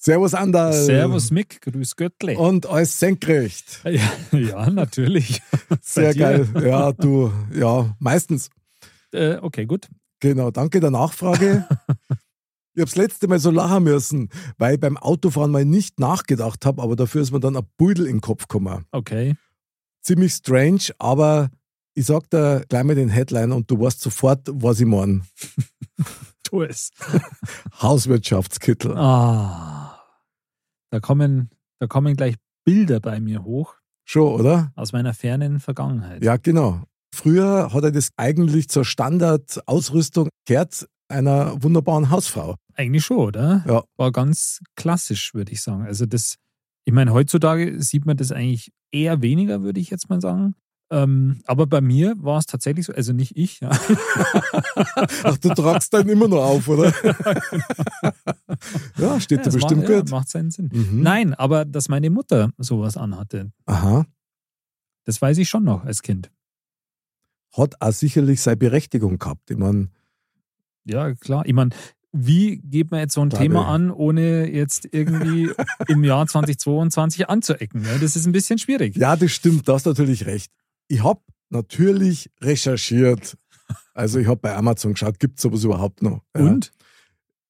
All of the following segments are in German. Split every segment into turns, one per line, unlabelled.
Servus Andal. Ähm.
Servus Mick, grüß Göttli.
Und alles senkrecht.
Ja, ja natürlich.
Sehr geil. Ja, du, ja, meistens.
Äh, okay, gut.
Genau, danke der Nachfrage. Ich habe das letzte Mal so lachen müssen, weil ich beim Autofahren mal nicht nachgedacht habe, aber dafür ist mir dann ein Beutel in den Kopf gekommen.
Okay.
Ziemlich strange, aber ich sag dir gleich mal den Headline und du weißt sofort, was ich meine.
Tu es.
Hauswirtschaftskittel.
Ah, da kommen, da kommen gleich Bilder bei mir hoch
Schon, oder?
aus meiner fernen Vergangenheit.
Ja, genau. Früher hat er das eigentlich zur Standardausrüstung gehört einer wunderbaren Hausfrau.
Eigentlich schon, oder?
Ja.
War ganz klassisch, würde ich sagen. Also das, ich meine, heutzutage sieht man das eigentlich eher weniger, würde ich jetzt mal sagen. Ähm, aber bei mir war es tatsächlich so, also nicht ich, ja.
Ach, du tragst dann immer noch auf, oder? ja, steht dir
es
bestimmt
macht, ja,
gut.
macht seinen Sinn.
Mhm.
Nein, aber dass meine Mutter sowas anhatte,
Aha.
das weiß ich schon noch als Kind.
Hat auch sicherlich seine Berechtigung gehabt. Ich meine,
Ja, klar. Ich meine, wie geht man jetzt so ein
Klar,
Thema
ja.
an, ohne jetzt irgendwie im Jahr 2022 anzuecken? Ne? Das ist ein bisschen schwierig.
ja, das stimmt, da hast du natürlich recht. Ich habe natürlich recherchiert. Also ich habe bei Amazon geschaut, gibt es sowas überhaupt noch? Ja.
Und?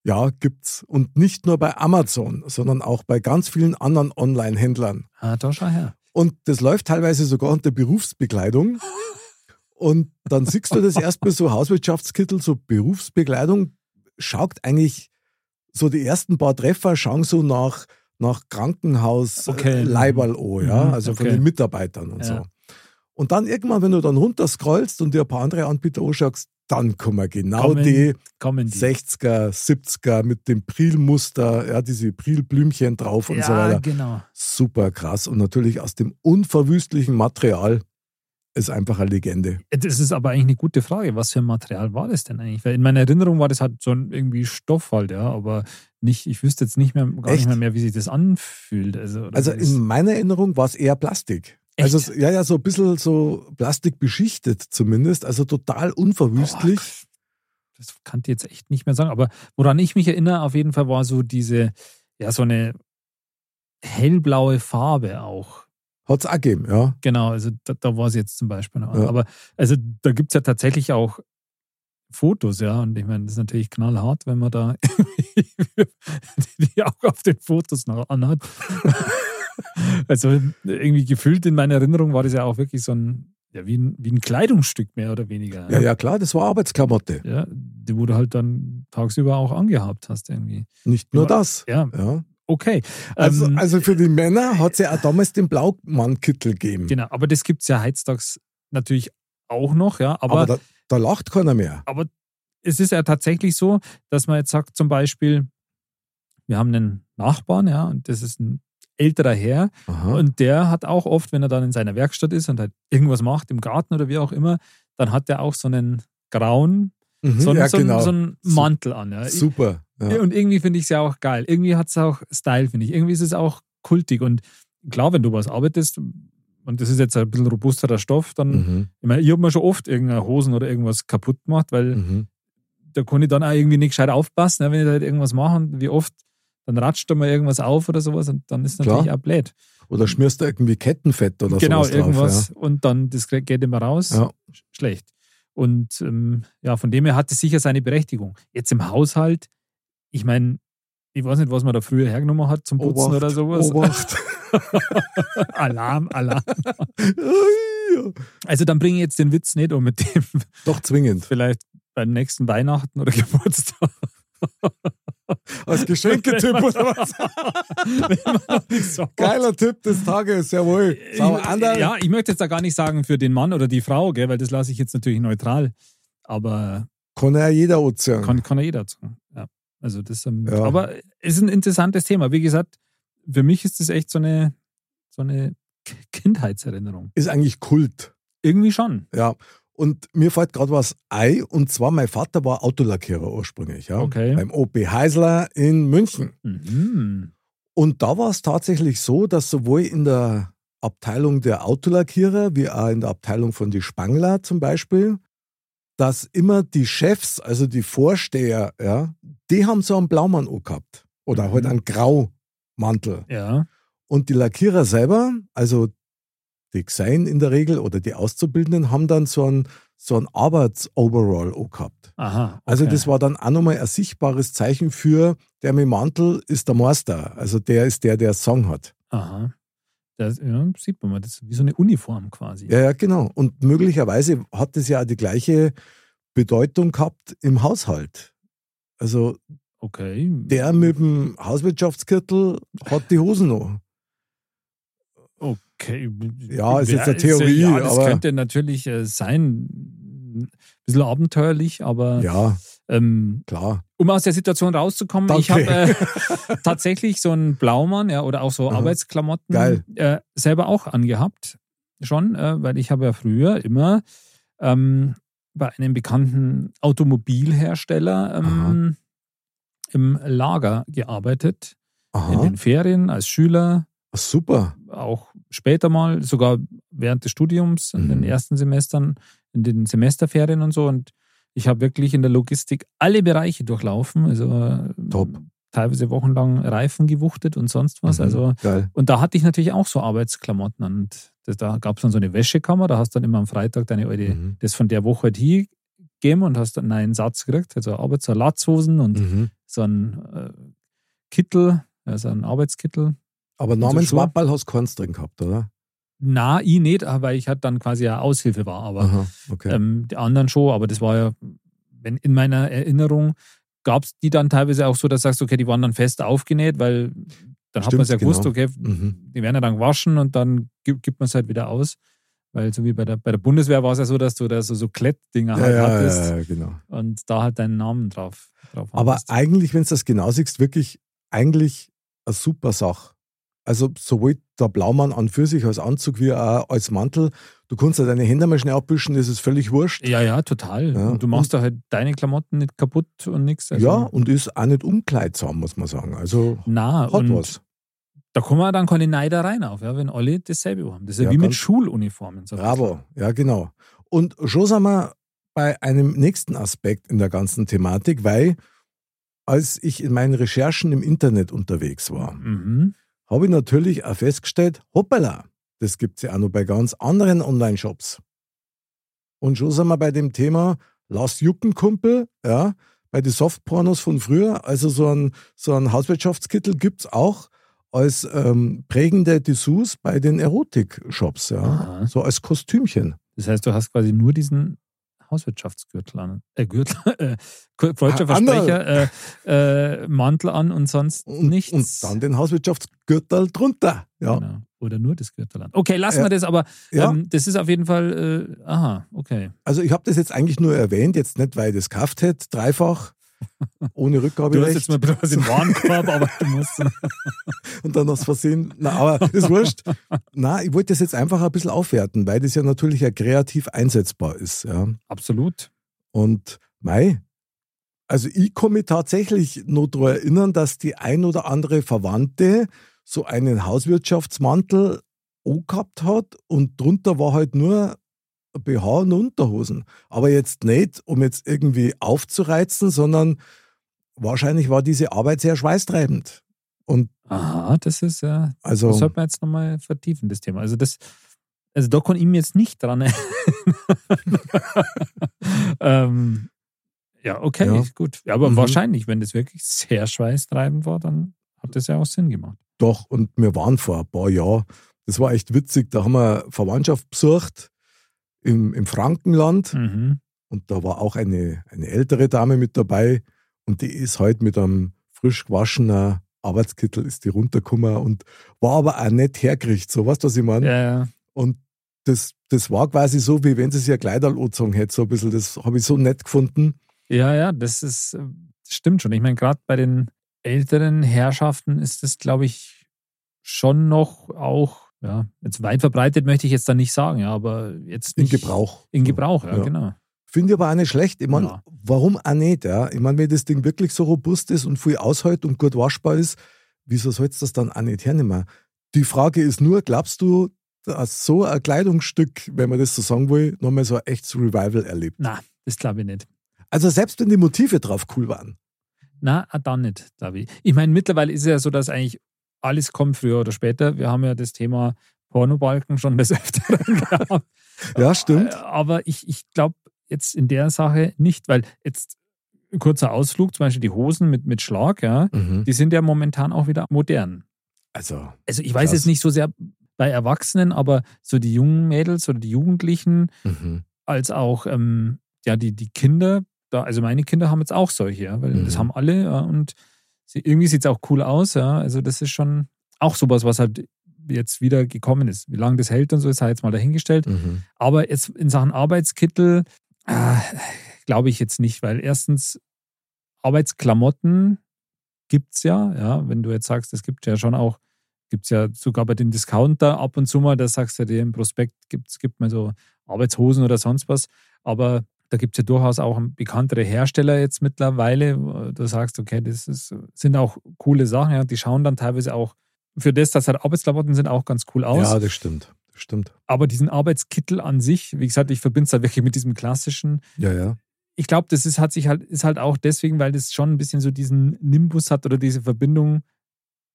Ja, gibt's. Und nicht nur bei Amazon, sondern auch bei ganz vielen anderen Online-Händlern.
Ah, da schau her.
Und das läuft teilweise sogar unter Berufsbekleidung. Und dann siehst du das erstmal so Hauswirtschaftskittel, so Berufsbekleidung, schaut eigentlich so die ersten paar Treffer, schauen so nach, nach Krankenhaus okay.
Okay.
Leiberl an, ja,
Mhm,
also von
okay.
den Mitarbeitern und
Ja.
so. Und dann irgendwann, wenn du dann runterscrollst und dir ein paar andere Anbieter anschaust, dann kommen genau
Kommen
die
Kommen die.
60er, 70er mit dem Prilmuster, ja, diese Prilblümchen drauf und so weiter
ja, genau.
super krass und natürlich aus dem unverwüstlichen Material ist einfach eine Legende.
Das ist aber eigentlich eine gute Frage. Was für ein Material war das denn eigentlich? Weil in meiner Erinnerung war das halt so ein irgendwie Stoff halt, ja, aber nicht, ich wüsste jetzt nicht mehr, gar
Echt?
nicht mehr, mehr, wie sich das anfühlt. Also, oder
Also
wie das-
in meiner Erinnerung war es eher Plastik.
Echt?
Also ja, ja, so ein bisschen so Plastik beschichtet zumindest, also total unverwüstlich.
das kann ich jetzt echt nicht mehr sagen, aber woran ich mich erinnere, auf jeden Fall war so diese, ja, so eine hellblaue Farbe auch.
Hat es auch gegeben, ja.
Genau, also da, da war sie jetzt zum Beispiel noch. an.
Ja.
Aber also da gibt es ja tatsächlich auch Fotos, ja. Und ich meine, das ist natürlich knallhart, wenn man da die auch auf den Fotos noch anhat. also irgendwie gefühlt in meiner Erinnerung war das ja auch wirklich so ein, ja, wie ein, wie ein Kleidungsstück mehr oder weniger.
Ja, ja, klar, das war Arbeitsklamotte.
Ja, die wurde halt dann tagsüber auch angehabt hast irgendwie.
Nicht nur das.
Ja,
Ja.
okay.
Also,
ähm, äh.
also für die Männer hat es ja auch damals den Blaumannkittel gegeben.
genau, aber das gibt es ja heutzutage natürlich auch noch, ja, aber,
Aber, da, da lacht keiner mehr.
es ist ja tatsächlich so, dass man jetzt sagt, zum Beispiel, wir haben einen Nachbarn, ja, und das ist ein älterer Herr
Aha.
und der hat auch oft, wenn er dann in seiner Werkstatt ist und halt irgendwas macht, im Garten oder wie auch immer, dann hat er auch so einen grauen,
Mhm,
so, einen-
ja,
so, einen-
genau.
so einen
Su-
Mantel an, ja. Ich-
Super. Ja.
Und irgendwie finde ich es ja auch geil. Irgendwie hat es auch Style, finde ich. Irgendwie ist es auch kultig. Und klar, wenn du was arbeitest, und das ist jetzt ein bisschen robusterer Stoff, dann,
Mhm.
ich meine, ich habe mir schon oft irgendeine Hosen oder irgendwas kaputt gemacht, weil
Mhm.
da kann ich dann auch irgendwie nicht gescheit aufpassen, ne, wenn ich da halt irgendwas mache und wie oft, dann ratscht da mal irgendwas auf oder sowas und dann ist
Klar.
natürlich auch blöd.
Oder schmierst du irgendwie Kettenfett oder
genau,
sowas drauf.
irgendwas und dann das geht immer raus.
Ja.
Sch- Schlecht. Und ähm, ja, von dem her hat es sicher seine Berechtigung. Jetzt im Haushalt, ich meine, ich weiß nicht, was man da früher hergenommen hat zum Putzen
Obacht,
oder sowas.
Obacht.
Alarm, Alarm.
Ui.
Also dann bringe ich jetzt den Witz nicht um mit dem
Doch zwingend.
vielleicht beim nächsten Weihnachten oder Geburtstag.
Als Geschenketipp oder was?
Wenn man noch nicht so-
Geiler Tipp des Tages, jawohl.
Ich,
Sauer Anderl.
ja, ich möchte jetzt da gar nicht sagen für den Mann oder die Frau, gell, weil das lasse ich jetzt natürlich neutral. Aber
Kann ja jeder Ozean.
Kann, kann ja jeder dazu. Ja. Also das, ähm,
Ja.
Aber es ist ein interessantes Thema. Wie gesagt, für mich ist das echt so eine, so eine K- Kindheitserinnerung.
Ist eigentlich Kult.
Irgendwie schon.
Ja. Und mir fällt gerade was ein. Und zwar, mein Vater war Autolackierer ursprünglich. Ja?
Okay.
Beim OP Heisler in München.
Mhm.
Und da war es tatsächlich so, dass sowohl in der Abteilung der Autolackierer wie auch in der Abteilung von die Spangler zum Beispiel, dass immer die Chefs, also die Vorsteher, ja, die haben so einen Blaumann gehabt. Oder
Mhm.
halt einen Graumantel.
Ja.
Und die Lackierer selber, also die Xein in der Regel oder die Auszubildenden, haben dann so einen, so einen Arbeitsoverall auch gehabt.
Aha. Okay.
Also das war dann auch nochmal ein sichtbares Zeichen für, der mit dem Mantel ist der Meister. Also der ist der, der Song hat.
Aha. Das ja, sieht man mal. Das ist wie so eine Uniform quasi.
Ja, ja, genau. Und möglicherweise hat das ja auch die gleiche Bedeutung gehabt im Haushalt. Also
Okay.
der mit dem Hauswirtschaftskittel hat die Hosen noch.
Okay.
Ja, ist jetzt eine
ist-
Theorie,
Ja, das
aber-
könnte natürlich äh, sein. Ein bisschen abenteuerlich, aber
Ja,
ähm,
klar.
um aus der Situation rauszukommen, ich habe
Danke.
äh, tatsächlich so einen Blaumann ja, oder auch so
Aha.
Arbeitsklamotten
Geil.
Äh, selber auch angehabt. Schon, äh, weil ich habe ja früher immer ähm, bei einem bekannten Automobilhersteller ähm, im Lager gearbeitet. In
Aha,
den Ferien als Schüler,
super.
auch später mal, sogar während des Studiums, in den
Mhm.
ersten Semestern, in den Semesterferien und so. Und ich habe wirklich in der Logistik alle Bereiche durchlaufen. Also äh,
Top.
teilweise wochenlang Reifen gewuchtet und sonst was.
Mhm,
Also,
Geil.
und da hatte ich natürlich auch so Arbeitsklamotten. an. Und das, da gab es dann so eine Wäschekammer, da hast du dann immer am Freitag deine alte,
Mhm.
das von der Woche halt hier gegeben und hast dann einen Satz gekriegt, also Arbeits- so Latzhosen und
Mhm.
so ein äh, Kittel, also ein Arbeitskittel.
Aber
so
namens
Schuhe?
Wappal hast du keins drin gehabt, oder?
Na, ich nicht, weil ich halt dann quasi ja Aushilfe war, aber
Aha, okay.
ähm, die anderen schon, aber das war ja, wenn in meiner Erinnerung gab es die dann teilweise auch so, dass du sagst, okay, die waren dann fest aufgenäht, weil dann hat man es
Stimmt,
ja gewusst,
genau.
okay,
Mhm.
die werden ja dann gewaschen und dann gibt, gibt man es halt wieder aus. Weil so wie bei der, bei der Bundeswehr war es ja so, dass du da so, so Klettdinger
ja,
halt
ja,
hattest
ja, ja, genau.
und da halt deinen Namen drauf, drauf
Aber
hattest.
eigentlich, wenn du das genau siehst, wirklich eigentlich eine super Sache. Also sowohl der Blaumann an für sich als Anzug wie auch als Mantel. Du kannst ja deine Hände mal schnell abwischen, das ist völlig wurscht.
Ja, ja, total.
Ja.
Und du machst da halt deine Klamotten nicht kaputt und also nichts.
ja, und ist auch nicht unkleidsam, muss man sagen. Also
na,
hat
Ah, und
was.
da kommen wir dann keine Neidereien auf, ja, wenn alle dasselbe haben. Das ist ja,
Ja,
wie mit
ganz-
Schuluniformen. So
Bravo, ja genau. Und schon sind wir bei einem nächsten Aspekt in der ganzen Thematik, weil als ich in meinen Recherchen im Internet unterwegs war,
Mhm.
habe ich natürlich auch festgestellt, hoppala, das gibt es ja auch noch bei ganz anderen Online-Shops. Und schon sind wir bei dem Thema, lass jucken, Kumpel, ja, bei den Softpornos von früher, also so ein, so ein Hauswirtschaftskittel gibt es auch als ähm, prägende Dessous bei den Erotik-Shops, ja,
Aha.
so als Kostümchen.
Das heißt, du hast quasi nur diesen Hauswirtschaftsgürtel an. Äh, Gürtel, äh, deutscher
Ah, Anderl.
Versprecher, äh, äh, Mantel an und sonst
Und,
nichts.
und dann den Hauswirtschaftsgürtel drunter, ja.
Genau. Oder nur das Gürtel an. Okay, lassen
Ja.
wir das, aber
ja.
ähm, das ist auf jeden Fall, äh, aha, okay.
Also ich habe das jetzt eigentlich nur erwähnt, jetzt nicht, weil ich das gekauft hätte, dreifach, ohne Rückgabe.
Du hast jetzt mal ein bisschen was im Warenkorb, aber du musst.
und dann aus Versehen. Na, aber ist wurscht. Na, ich wollte das jetzt einfach ein bisschen aufwerten, weil das ja natürlich ja kreativ einsetzbar ist. Ja.
Absolut.
Und mei, also ich komme mich tatsächlich noch daran erinnern, dass die ein oder andere Verwandte so einen Hauswirtschaftsmantel angehabt hat und drunter war halt nur ein BH und Unterhosen. Aber jetzt nicht, um jetzt irgendwie aufzureizen, sondern wahrscheinlich war diese Arbeit sehr schweißtreibend. Und
Aha, das ist ja.
also.
Das sollten wir jetzt nochmal vertiefen, das Thema. Also das, also da kann ich mir jetzt nicht dran erinnern. ähm, ja, okay,
Ja.
gut. Ja, aber
Mhm.
wahrscheinlich, wenn das wirklich sehr schweißtreibend war, dann hat das ja auch Sinn gemacht.
Doch, und wir waren vor ein paar Jahren, das war echt witzig, da haben wir Verwandtschaft besucht im, im Frankenland
Mhm.
und da war auch eine, eine ältere Dame mit dabei und die ist heute mit einem frisch gewaschenen Arbeitskittel ist die runtergekommen und war aber auch nicht hergerichtet, so weißt du, was ich meine?
Ja, ja.
Und das, das war quasi so, wie wenn sie sich ein Kleiderl angezogen hätte, so ein bisschen, das habe ich so nett gefunden.
Ja, ja, das ist, äh, stimmt schon. Ich meine, gerade bei den älteren Herrschaften ist es, glaube ich, schon noch auch, ja, jetzt weit verbreitet möchte ich jetzt da nicht sagen, ja, aber jetzt
in
nicht
Gebrauch.
In Gebrauch, ja,
Ja.
genau.
Finde ich aber auch nicht schlecht. Ich meine,
Ja.
warum auch nicht? Ja? Ich meine, wenn das Ding wirklich so robust ist und viel aushält und gut waschbar ist, wieso sollst du das dann auch nicht hernehmen? Die Frage ist nur, glaubst du, dass so ein Kleidungsstück, wenn man das so sagen will, nochmal so ein echtes Revival erlebt?
Na, das glaube ich nicht.
Also selbst wenn die Motive drauf cool waren.
Na, ah, dann nicht, glaube ich. Ich meine, mittlerweile ist es ja so, dass eigentlich alles kommt früher oder später. Wir haben ja das Thema Pornobalken schon des Öfteren gehabt.
Ja, stimmt.
Äh, Aber ich, ich glaube jetzt in der Sache nicht, weil jetzt kurzer Ausflug, zum Beispiel die Hosen mit, mit Schlag, ja,
Mhm.
die sind ja momentan auch wieder modern.
Also,
Also ich weiß
Krass.
jetzt nicht so sehr bei Erwachsenen, aber so die jungen Mädels oder die Jugendlichen,
mhm.
als auch ähm, ja, die, die Kinder, da, also meine Kinder haben jetzt auch solche, ja, weil
Mhm.
das haben alle ja, und sie, irgendwie sieht es auch cool aus, ja. Also das ist schon auch sowas, was halt jetzt wieder gekommen ist. Wie lange das hält und so, ist halt jetzt mal dahingestellt.
Mhm.
Aber jetzt in Sachen Arbeitskittel äh, glaube ich jetzt nicht, weil erstens Arbeitsklamotten gibt's ja, ja, wenn du jetzt sagst, es gibt ja schon auch, gibt's ja sogar bei den Discounter ab und zu mal, da sagst du dir im Prospekt, gibt's gibt mal so Arbeitshosen oder sonst was, aber da gibt's ja durchaus auch bekanntere Hersteller jetzt mittlerweile, wo du sagst, okay, das ist, sind auch coole Sachen, ja, die schauen dann teilweise auch für das, dass halt Arbeitsklamotten sind, auch ganz cool aus.
Ja, das stimmt. Das stimmt.
Aber diesen Arbeitskittel an sich, wie gesagt, ich verbinde es halt wirklich mit diesem klassischen.
Ja, ja.
Ich glaube, das ist, hat sich halt, ist halt auch deswegen, weil das schon ein bisschen so diesen Nimbus hat oder diese Verbindung,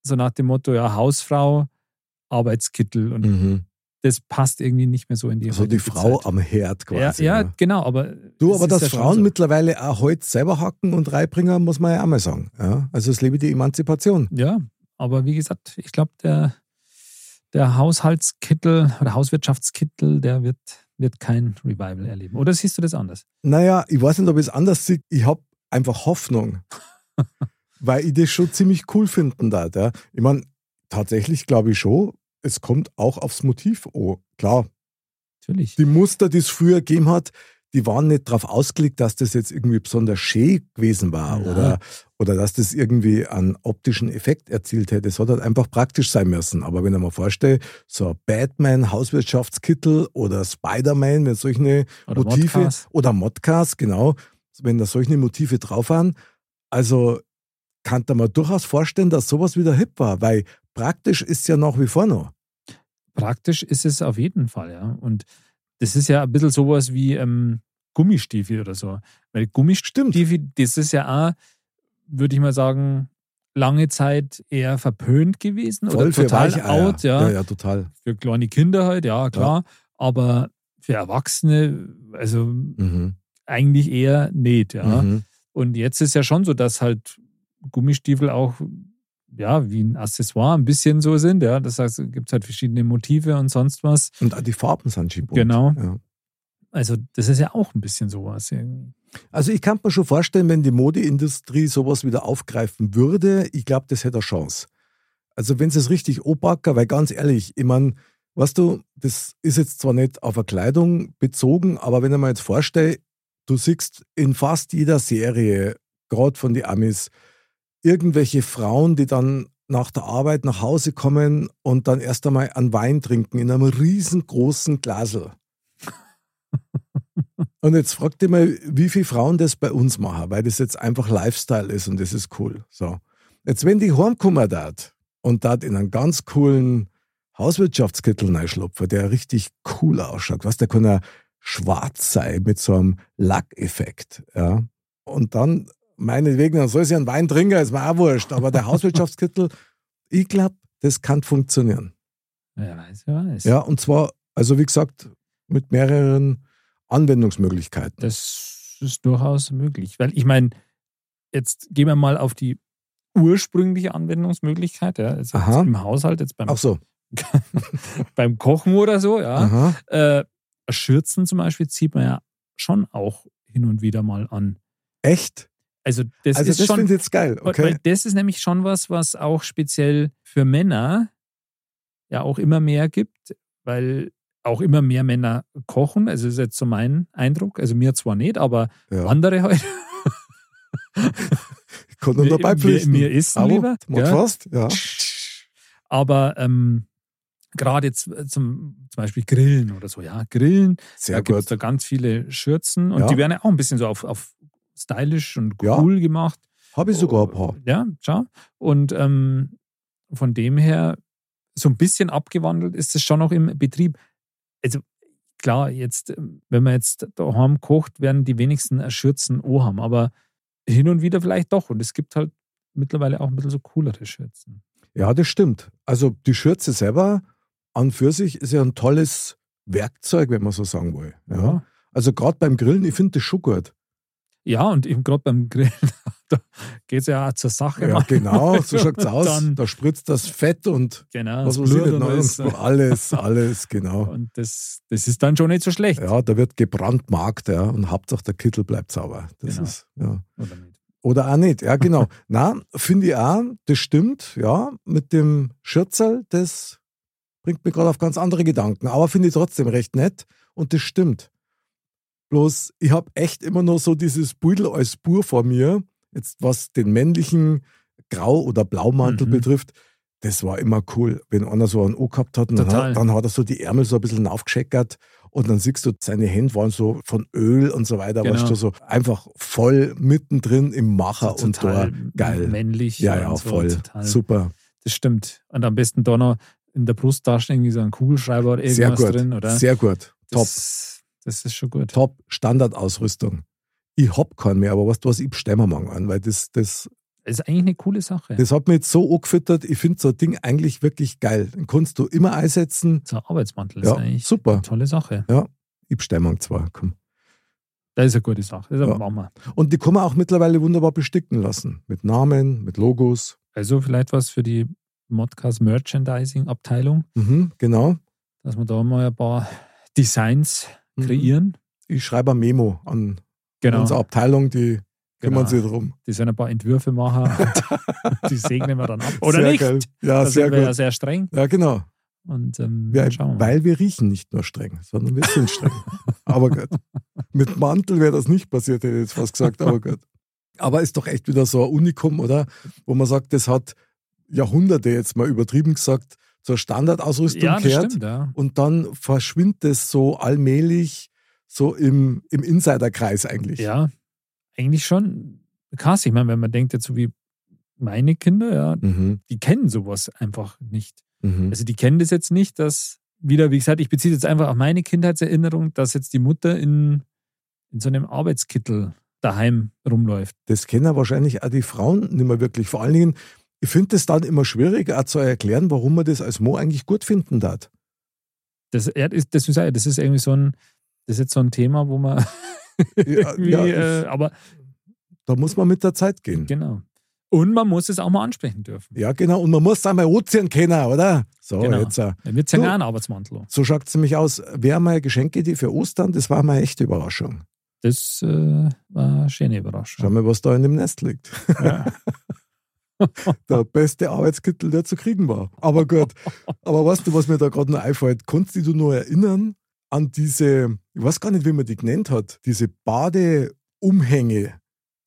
so nach dem Motto, ja, Hausfrau, Arbeitskittel. Und
Mhm.
das passt irgendwie nicht mehr so in Ähm, die
Also die
heutige
Frau
Zeit.
am Herd quasi.
ja,
ne?
ja, genau, aber.
Du,
es
aber
ist
dass
ja schon
Frauen
so.
mittlerweile auch heute selber hacken und reinbringen, muss man ja auch mal sagen. Ja? Also es lebe die Emanzipation.
Ja, aber wie gesagt, ich glaube, der, der Haushaltskittel oder Hauswirtschaftskittel, der wird, wird kein Revival erleben. Oder siehst du das anders?
Naja, ich weiß nicht, ob ich es anders sehe. Ich habe einfach Hoffnung, weil ich das schon ziemlich cool finden da. Ja? Ich meine, tatsächlich glaube ich schon, es kommt auch aufs Motiv an. Klar,
Natürlich.
die Muster, die es früher gegeben hat, die waren nicht darauf ausgelegt, dass das jetzt irgendwie besonders schön gewesen war
Nein.
oder, oder dass das irgendwie einen optischen Effekt erzielt hätte. Es hat halt einfach praktisch sein müssen. Aber wenn ich mir vorstelle, so ein Batman, Hauswirtschaftskittel oder Spider-Man, wenn solche
Oder
Motive
Modcast.
oder Modcast, genau, wenn da solche Motive drauf waren, also kann man durchaus vorstellen, dass sowas wieder hip war, weil praktisch ist ja nach wie vor noch.
praktisch ist es auf jeden Fall, ja. Und das ist ja ein bisschen sowas wie ähm, Gummistiefel oder so. Weil
Stimmt.
Gummistiefel, das ist ja auch, würde ich mal sagen, lange Zeit eher verpönt gewesen oder total
Weicheier.
out, ja.
ja. Ja, total.
Für kleine Kinder halt, ja, klar. Aber für Erwachsene, also
Mhm.
eigentlich eher nicht, ja.
Mhm.
Und jetzt ist ja schon so, dass halt Gummistiefel auch ja, wie ein Accessoire ein bisschen so sind, ja. Das heißt, es gibt halt verschiedene Motive und sonst was.
Und auch die Farben sind schon bunt.
Genau.
Ja.
Also, das ist ja auch ein bisschen sowas. irgendwie.
Also ich kann mir schon vorstellen, wenn die Modeindustrie sowas wieder aufgreifen würde, ich glaube, das hätte eine Chance. Also wenn sie es richtig opacker, weil ganz ehrlich, ich meine, weißt du, das ist jetzt zwar nicht auf eine Kleidung bezogen, aber wenn ich mir jetzt vorstelle, du siehst in fast jeder Serie, gerade von den Amis, irgendwelche Frauen, die dann nach der Arbeit nach Hause kommen und dann erst einmal einen Wein trinken in einem riesengroßen Glasel. Und jetzt fragt ihr mal, wie viele Frauen das bei uns machen, weil das jetzt einfach Lifestyle ist und das ist cool. So. Jetzt, wenn die heimkommen dort und dort in einen ganz coolen Hauswirtschaftskittel reinschlupfen, der richtig cool ausschaut, was, der kann ja schwarz sein mit so einem Lackeffekt, ja. Und dann, meinetwegen, dann soll sie einen Wein trinken, ist mir auch wurscht, aber der Hauswirtschaftskittel, ich glaube, das kann funktionieren.
Wer weiß, wer weiß.
Ja, und zwar, also wie gesagt, mit mehreren Anwendungsmöglichkeiten.
Das ist durchaus möglich. Weil ich meine, jetzt gehen wir mal auf die ursprüngliche Anwendungsmöglichkeit, ja. Also
Aha.
Jetzt im Haushalt, jetzt beim,
Ach so.
beim Kochen oder so, ja.
Aha.
Äh, Schürzen zum Beispiel zieht man ja schon auch hin und wieder mal an.
Echt?
Also, das
also
ist
das
schon.
finde ich jetzt geil,
Weil-
okay?
Weil das ist nämlich schon was, was auch speziell für Männer ja auch immer mehr gibt, weil auch immer mehr Männer kochen. Also das ist jetzt so mein Eindruck. Also mir zwar nicht, aber
Ja.
andere halt.
Ich konnte nur dabei
wir,
pflichten.
wir essen
Aber,
lieber.
Macht
gell?
fast, ja.
Aber ähm, gerade jetzt äh, zum, zum Beispiel Grillen oder so, ja, Grillen,
Sehr
da gibt es
gut.
da ganz viele Schürzen und
Ja.
die werden ja auch ein bisschen so auf, auf stylisch und
Ja.
cool gemacht.
Habe ich
Oh,
sogar ein paar.
Ja, ciao. Und ähm, von dem her, so ein bisschen abgewandelt ist es schon noch im Betrieb. Also klar, jetzt, ähm, wenn man jetzt daheim kocht, werden die wenigsten eine Schürzen O haben, aber hin und wieder vielleicht doch. Und es gibt halt mittlerweile auch ein bisschen so coolere Schürzen.
Ja, das stimmt. Also die Schürze selber an für sich ist ja ein tolles Werkzeug, wenn man so sagen will. Ja. Also gerade beim Grillen, ich finde das schon gut.
Ja, und eben gerade beim Grillen, da geht es ja auch zur Sache.
Ja,
man.
genau, so schaut es aus.
Dann-
da spritzt das Fett und
Genau,
was
das
weiß ich
Blut
nicht,
und alles. äh,
alles, alles, alles, genau.
Und das, das ist dann schon nicht so schlecht.
Ja, da wird gebrandmarkt, ja, und Hauptsache der Kittel bleibt sauber. Das
Genau.
ist, ja.
Oder nicht?
Oder auch nicht, ja, genau. Na, finde ich auch, das stimmt, ja, mit dem Schürzel, das bringt mir gerade auf ganz andere Gedanken, aber finde ich trotzdem recht nett und das stimmt. Bloß, ich habe echt immer noch so dieses Beutel als Bur vor mir, jetzt was den männlichen Grau- oder Blaumantel
Mhm.
betrifft, das war immer cool, wenn einer so einen O gehabt hat und dann,
Total.
hat- dann hat er so die Ärmel so ein bisschen aufgescheckert und dann siehst du, seine Hände waren so von Öl und so weiter,
Genau.
weißt du, so einfach voll mittendrin im Macher
So
und
total
Tor. Geil.
Männlich.
Ja, ja,
und so,
voll.
Total.
Super.
Das stimmt. Und am besten da noch in der Brusttasche irgendwie so ein Kugelschreiber oder
Sehr
irgendwas
gut.
drin, oder?
Sehr gut. Top.
das, Das ist schon gut.
Top. Standardausrüstung. Ich hab keinen mehr, aber weißt du was, ich bestell mir morgen an, weil das, das,
Das ist eigentlich eine coole Sache.
das hat mich jetzt so angefüttert. Ich finde so ein Ding eigentlich wirklich geil. Den kannst du immer einsetzen.
so ein Arbeitsmantel ist
Ja,
eigentlich
super.
eine tolle Sache.
Ich bestell morgen zwei. Komm.
Das ist eine gute Sache. Das ist
Ja.
ein Hammer.
Und die kann man auch mittlerweile wunderbar besticken lassen. Mit Namen, mit Logos.
Also vielleicht was für die Modcast Merchandising Abteilung,
Mhm, genau.
dass wir da mal ein paar Designs
Mhm.
kreieren.
Ich schreibe ein Memo an
Genau.
unsere Abteilung, die kümmern
genau.
sich drum.
Die sollen ein paar Entwürfe machen und die segnen wir dann ab. Oder
sehr
nicht?
Geil. Ja,
Da
sehr
sind wir
gut.
ja sehr streng.
Ja, genau.
Und ähm,
Ja,
dann schauen wir mal.
weil wir riechen nicht nur streng, sondern wir sind streng. aber gut. Mit Mantel wäre das nicht passiert, hätte ich jetzt fast gesagt, aber gut. Aber ist doch echt wieder so ein Unikum, oder? Wo man sagt, das hat Jahrhunderte jetzt mal übertrieben gesagt zur Standardausrüstung
ja, das
gehört.
stimmt, ja.
Und dann verschwindet es so allmählich so im, im Insiderkreis eigentlich.
Ja, eigentlich schon krass. Ich meine, wenn man denkt, jetzt so wie meine Kinder, ja,
Mhm,
die kennen sowas einfach nicht.
mhm.
Also die kennen das jetzt nicht, dass wieder, wie gesagt, ich beziehe es jetzt einfach auf meine Kindheitserinnerung, dass jetzt die Mutter in, in so einem Arbeitskittel daheim rumläuft.
das kennen wahrscheinlich auch die Frauen nicht mehr wirklich. Vor allen Dingen, ich finde es dann immer schwierig, auch zu erklären, warum man das als Mo eigentlich gut finden darf.
Das, ja, das, das, ist, das ist irgendwie so ein, das ist jetzt so ein Thema, wo man
Ah,
irgendwie, äh, aber
Da muss man mit der Zeit gehen.
genau. Und man muss es auch mal ansprechen dürfen.
Ja, genau. Und man muss einmal Ozean kennen, oder? So,
Genau.
jetzt. äh,
Dann wird es ja
Du-
auch ein Arbeitsmantel.
So schaut es nämlich aus. Wer mal Geschenke die für Ostern, das war mal echte Überraschung.
Das äh, war eine schöne
Schau
Überraschung.
mal, was da in dem Nest liegt.
Ja.
Der beste Arbeitskittel, der zu kriegen war. Aber gut. Aber weißt du, was mir da gerade noch einfällt? Konntest du dich nur erinnern an diese, ich weiß gar nicht, wie man die genannt hat, diese Badeumhänge,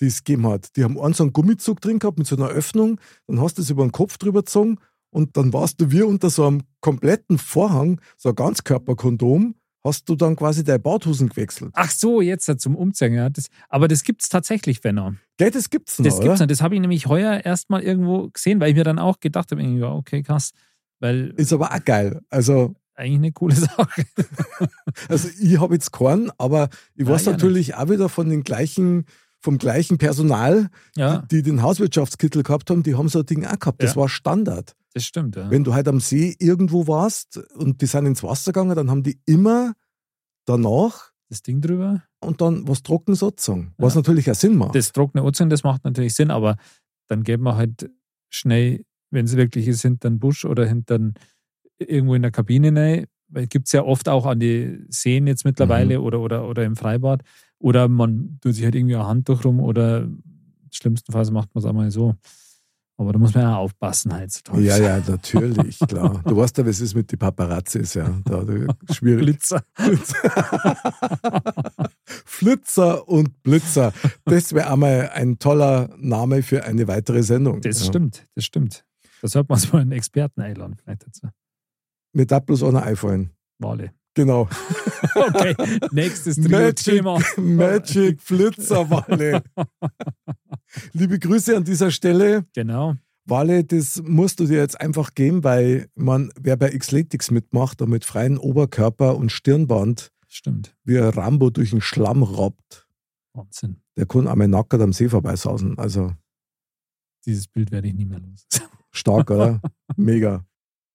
die es gegeben hat. Die haben einen so einen Gummizug drin gehabt mit so einer Öffnung, dann hast du es über den Kopf drüber gezogen und dann warst du wie unter so einem kompletten Vorhang, so ein Ganzkörperkondom, hast du dann quasi deine Badhosen gewechselt.
Ach so, jetzt zum Umzeigen. Ja, das, aber das gibt es tatsächlich, wenn er.
Gell, das gibt's noch,
Das
oder?
gibt's nicht. Das habe ich nämlich heuer erstmal irgendwo gesehen, weil ich mir dann auch gedacht habe, irgendwie, ja, okay, krass. Weil
Ist aber auch geil. Also,
eigentlich eine coole Sache.
Also ich habe jetzt keinen, aber ich
Nein,
weiß
ja
natürlich auch wieder von den gleichen, vom gleichen Personal,
Ja,
die den Hauswirtschaftskittel gehabt haben, die haben so ein Ding auch gehabt. Das
Ja.
war Standard.
das stimmt. Ja.
Wenn du halt am See irgendwo warst und die sind ins Wasser gegangen, dann haben die immer danach
Das Ding drüber.
und dann was Trockenes angezogen. Was
Ja.
natürlich auch Sinn macht.
Das trockene Ozean, das macht natürlich Sinn, aber dann geben wir halt schnell, wenn es wirklich ist, hinter den Busch oder hinter den- irgendwo in der Kabine rein. Weil gibt es ja oft auch an die Seen jetzt
Mhm.
mittlerweile oder, oder, oder im Freibad. Oder man tut sich halt irgendwie ein Handtuch rum oder schlimmstenfalls macht man es einmal so. Aber da muss man ja aufpassen heutzutage.
ja, ja, natürlich, klar. Du weißt ja, was ist mit den Paparazzis, ja. Da, da, schwierig.
Blitzer.
Flitzer und Blitzer. Das wäre einmal ein toller Name für eine weitere Sendung.
Das
Ja.
stimmt, das stimmt. Da sollte man so einen Experten einladen, vielleicht dazu.
Mir darf bloß auch noch einfallen.
Wale.
Genau.
Okay, nächstes
Magic.
Trio-Thema.
Magic Flitzer Walle. Liebe Grüße an dieser Stelle.
Genau.
Walle, das musst du dir jetzt einfach geben, weil man, wer bei Xletics mitmacht und mit freiem Oberkörper und Stirnband
Stimmt.
wie ein Rambo durch den Schlamm robbt,
Wahnsinn.
der kann einmal nackert am See vorbeisausen. Also
Dieses Bild werde ich nie mehr los.
stark, oder? Mega.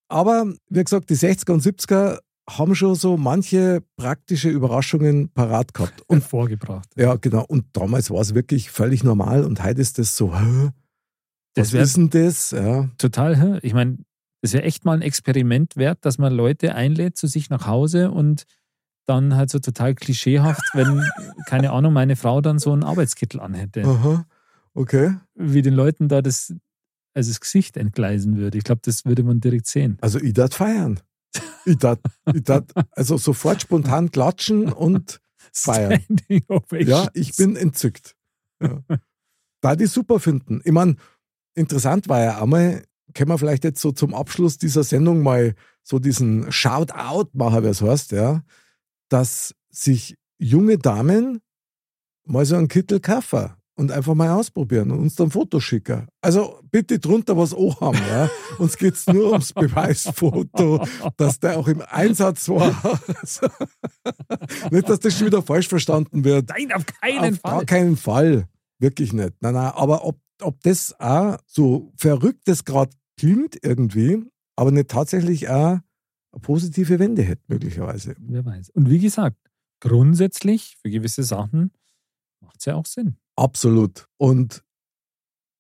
Aber wie gesagt, die 60er und 70er haben schon so manche praktische Überraschungen parat gehabt. Und
Und vorgebracht.
ja, genau. Und damals war es wirklich völlig normal und heute ist das so, hä?
Das
Was
wäre
ist denn das? Ja.
total, hä? ich meine, das wäre echt mal ein Experiment wert, dass man Leute einlädt zu sich nach Hause und dann halt so total klischeehaft, wenn, keine Ahnung, meine Frau dann so einen Arbeitskittel anhätte,
Aha. Okay.
wie den Leuten da das, also das Gesicht entgleisen würde. Ich glaube, das würde man direkt sehen.
Also ich dat feiern. Ich dat, ich dat, also sofort spontan klatschen und Feiern.
Standing Ovations.
ja, ich bin entzückt. Ja. Da die super finden. Ich meine, interessant war ja einmal, können wir vielleicht jetzt so zum Abschluss dieser Sendung mal so diesen Shoutout machen, wie es heißt, ja, dass sich junge Damen mal so einen Kittel kaufen und einfach mal ausprobieren und uns dann Fotos schicken. Also bitte drunter was auch haben. Ja. Uns geht es nur ums Beweisfoto, dass der auch im Einsatz war. Also, Nicht, dass das schon wieder falsch verstanden wird.
Nein, auf keinen
Auf
Fall.
gar keinen Fall. Wirklich nicht. Nein, nein, aber ob, ob das auch so verrückt das gerade klingt irgendwie, aber nicht tatsächlich auch eine positive Wende hätte, möglicherweise.
Wer weiß. Und wie gesagt, grundsätzlich für gewisse Sachen macht es ja auch Sinn.
Absolut. Und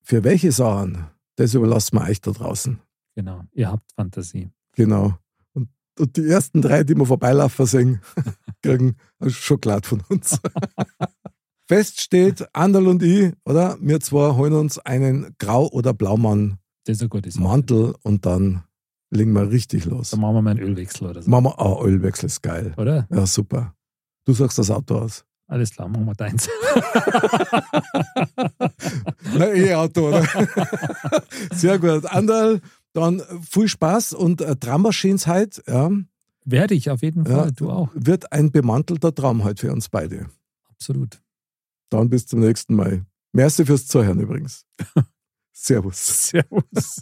für welche Sachen, das überlassen wir euch da draußen.
Genau. Ihr habt Fantasie.
Genau. Und, und die ersten drei, die wir vorbeilaufen sehen, kriegen eine Schokolade von uns. Fest steht, Anderl und ich, oder? Wir zwei holen uns einen Grau- oder Blaumann
Das ist ein gutes
Mantel und dann legen wir richtig los.
Dann machen wir mal einen Ölwechsel oder so.
Mama, ah, Ölwechsel ist geil.
Oder?
Ja, super. Du sagst das Auto aus.
Alles klar, machen wir deins.
Na, E-Auto, eh oder? Sehr gut. Anderl, dann viel Spaß und äh, Traummaschinenheit ja,
Werde ich auf jeden Fall,
Ja.
du auch.
wird ein bemantelter Traum heute für uns beide.
Absolut.
Dann bis zum nächsten Mal. Merci fürs Zuhören übrigens. Servus.
Servus.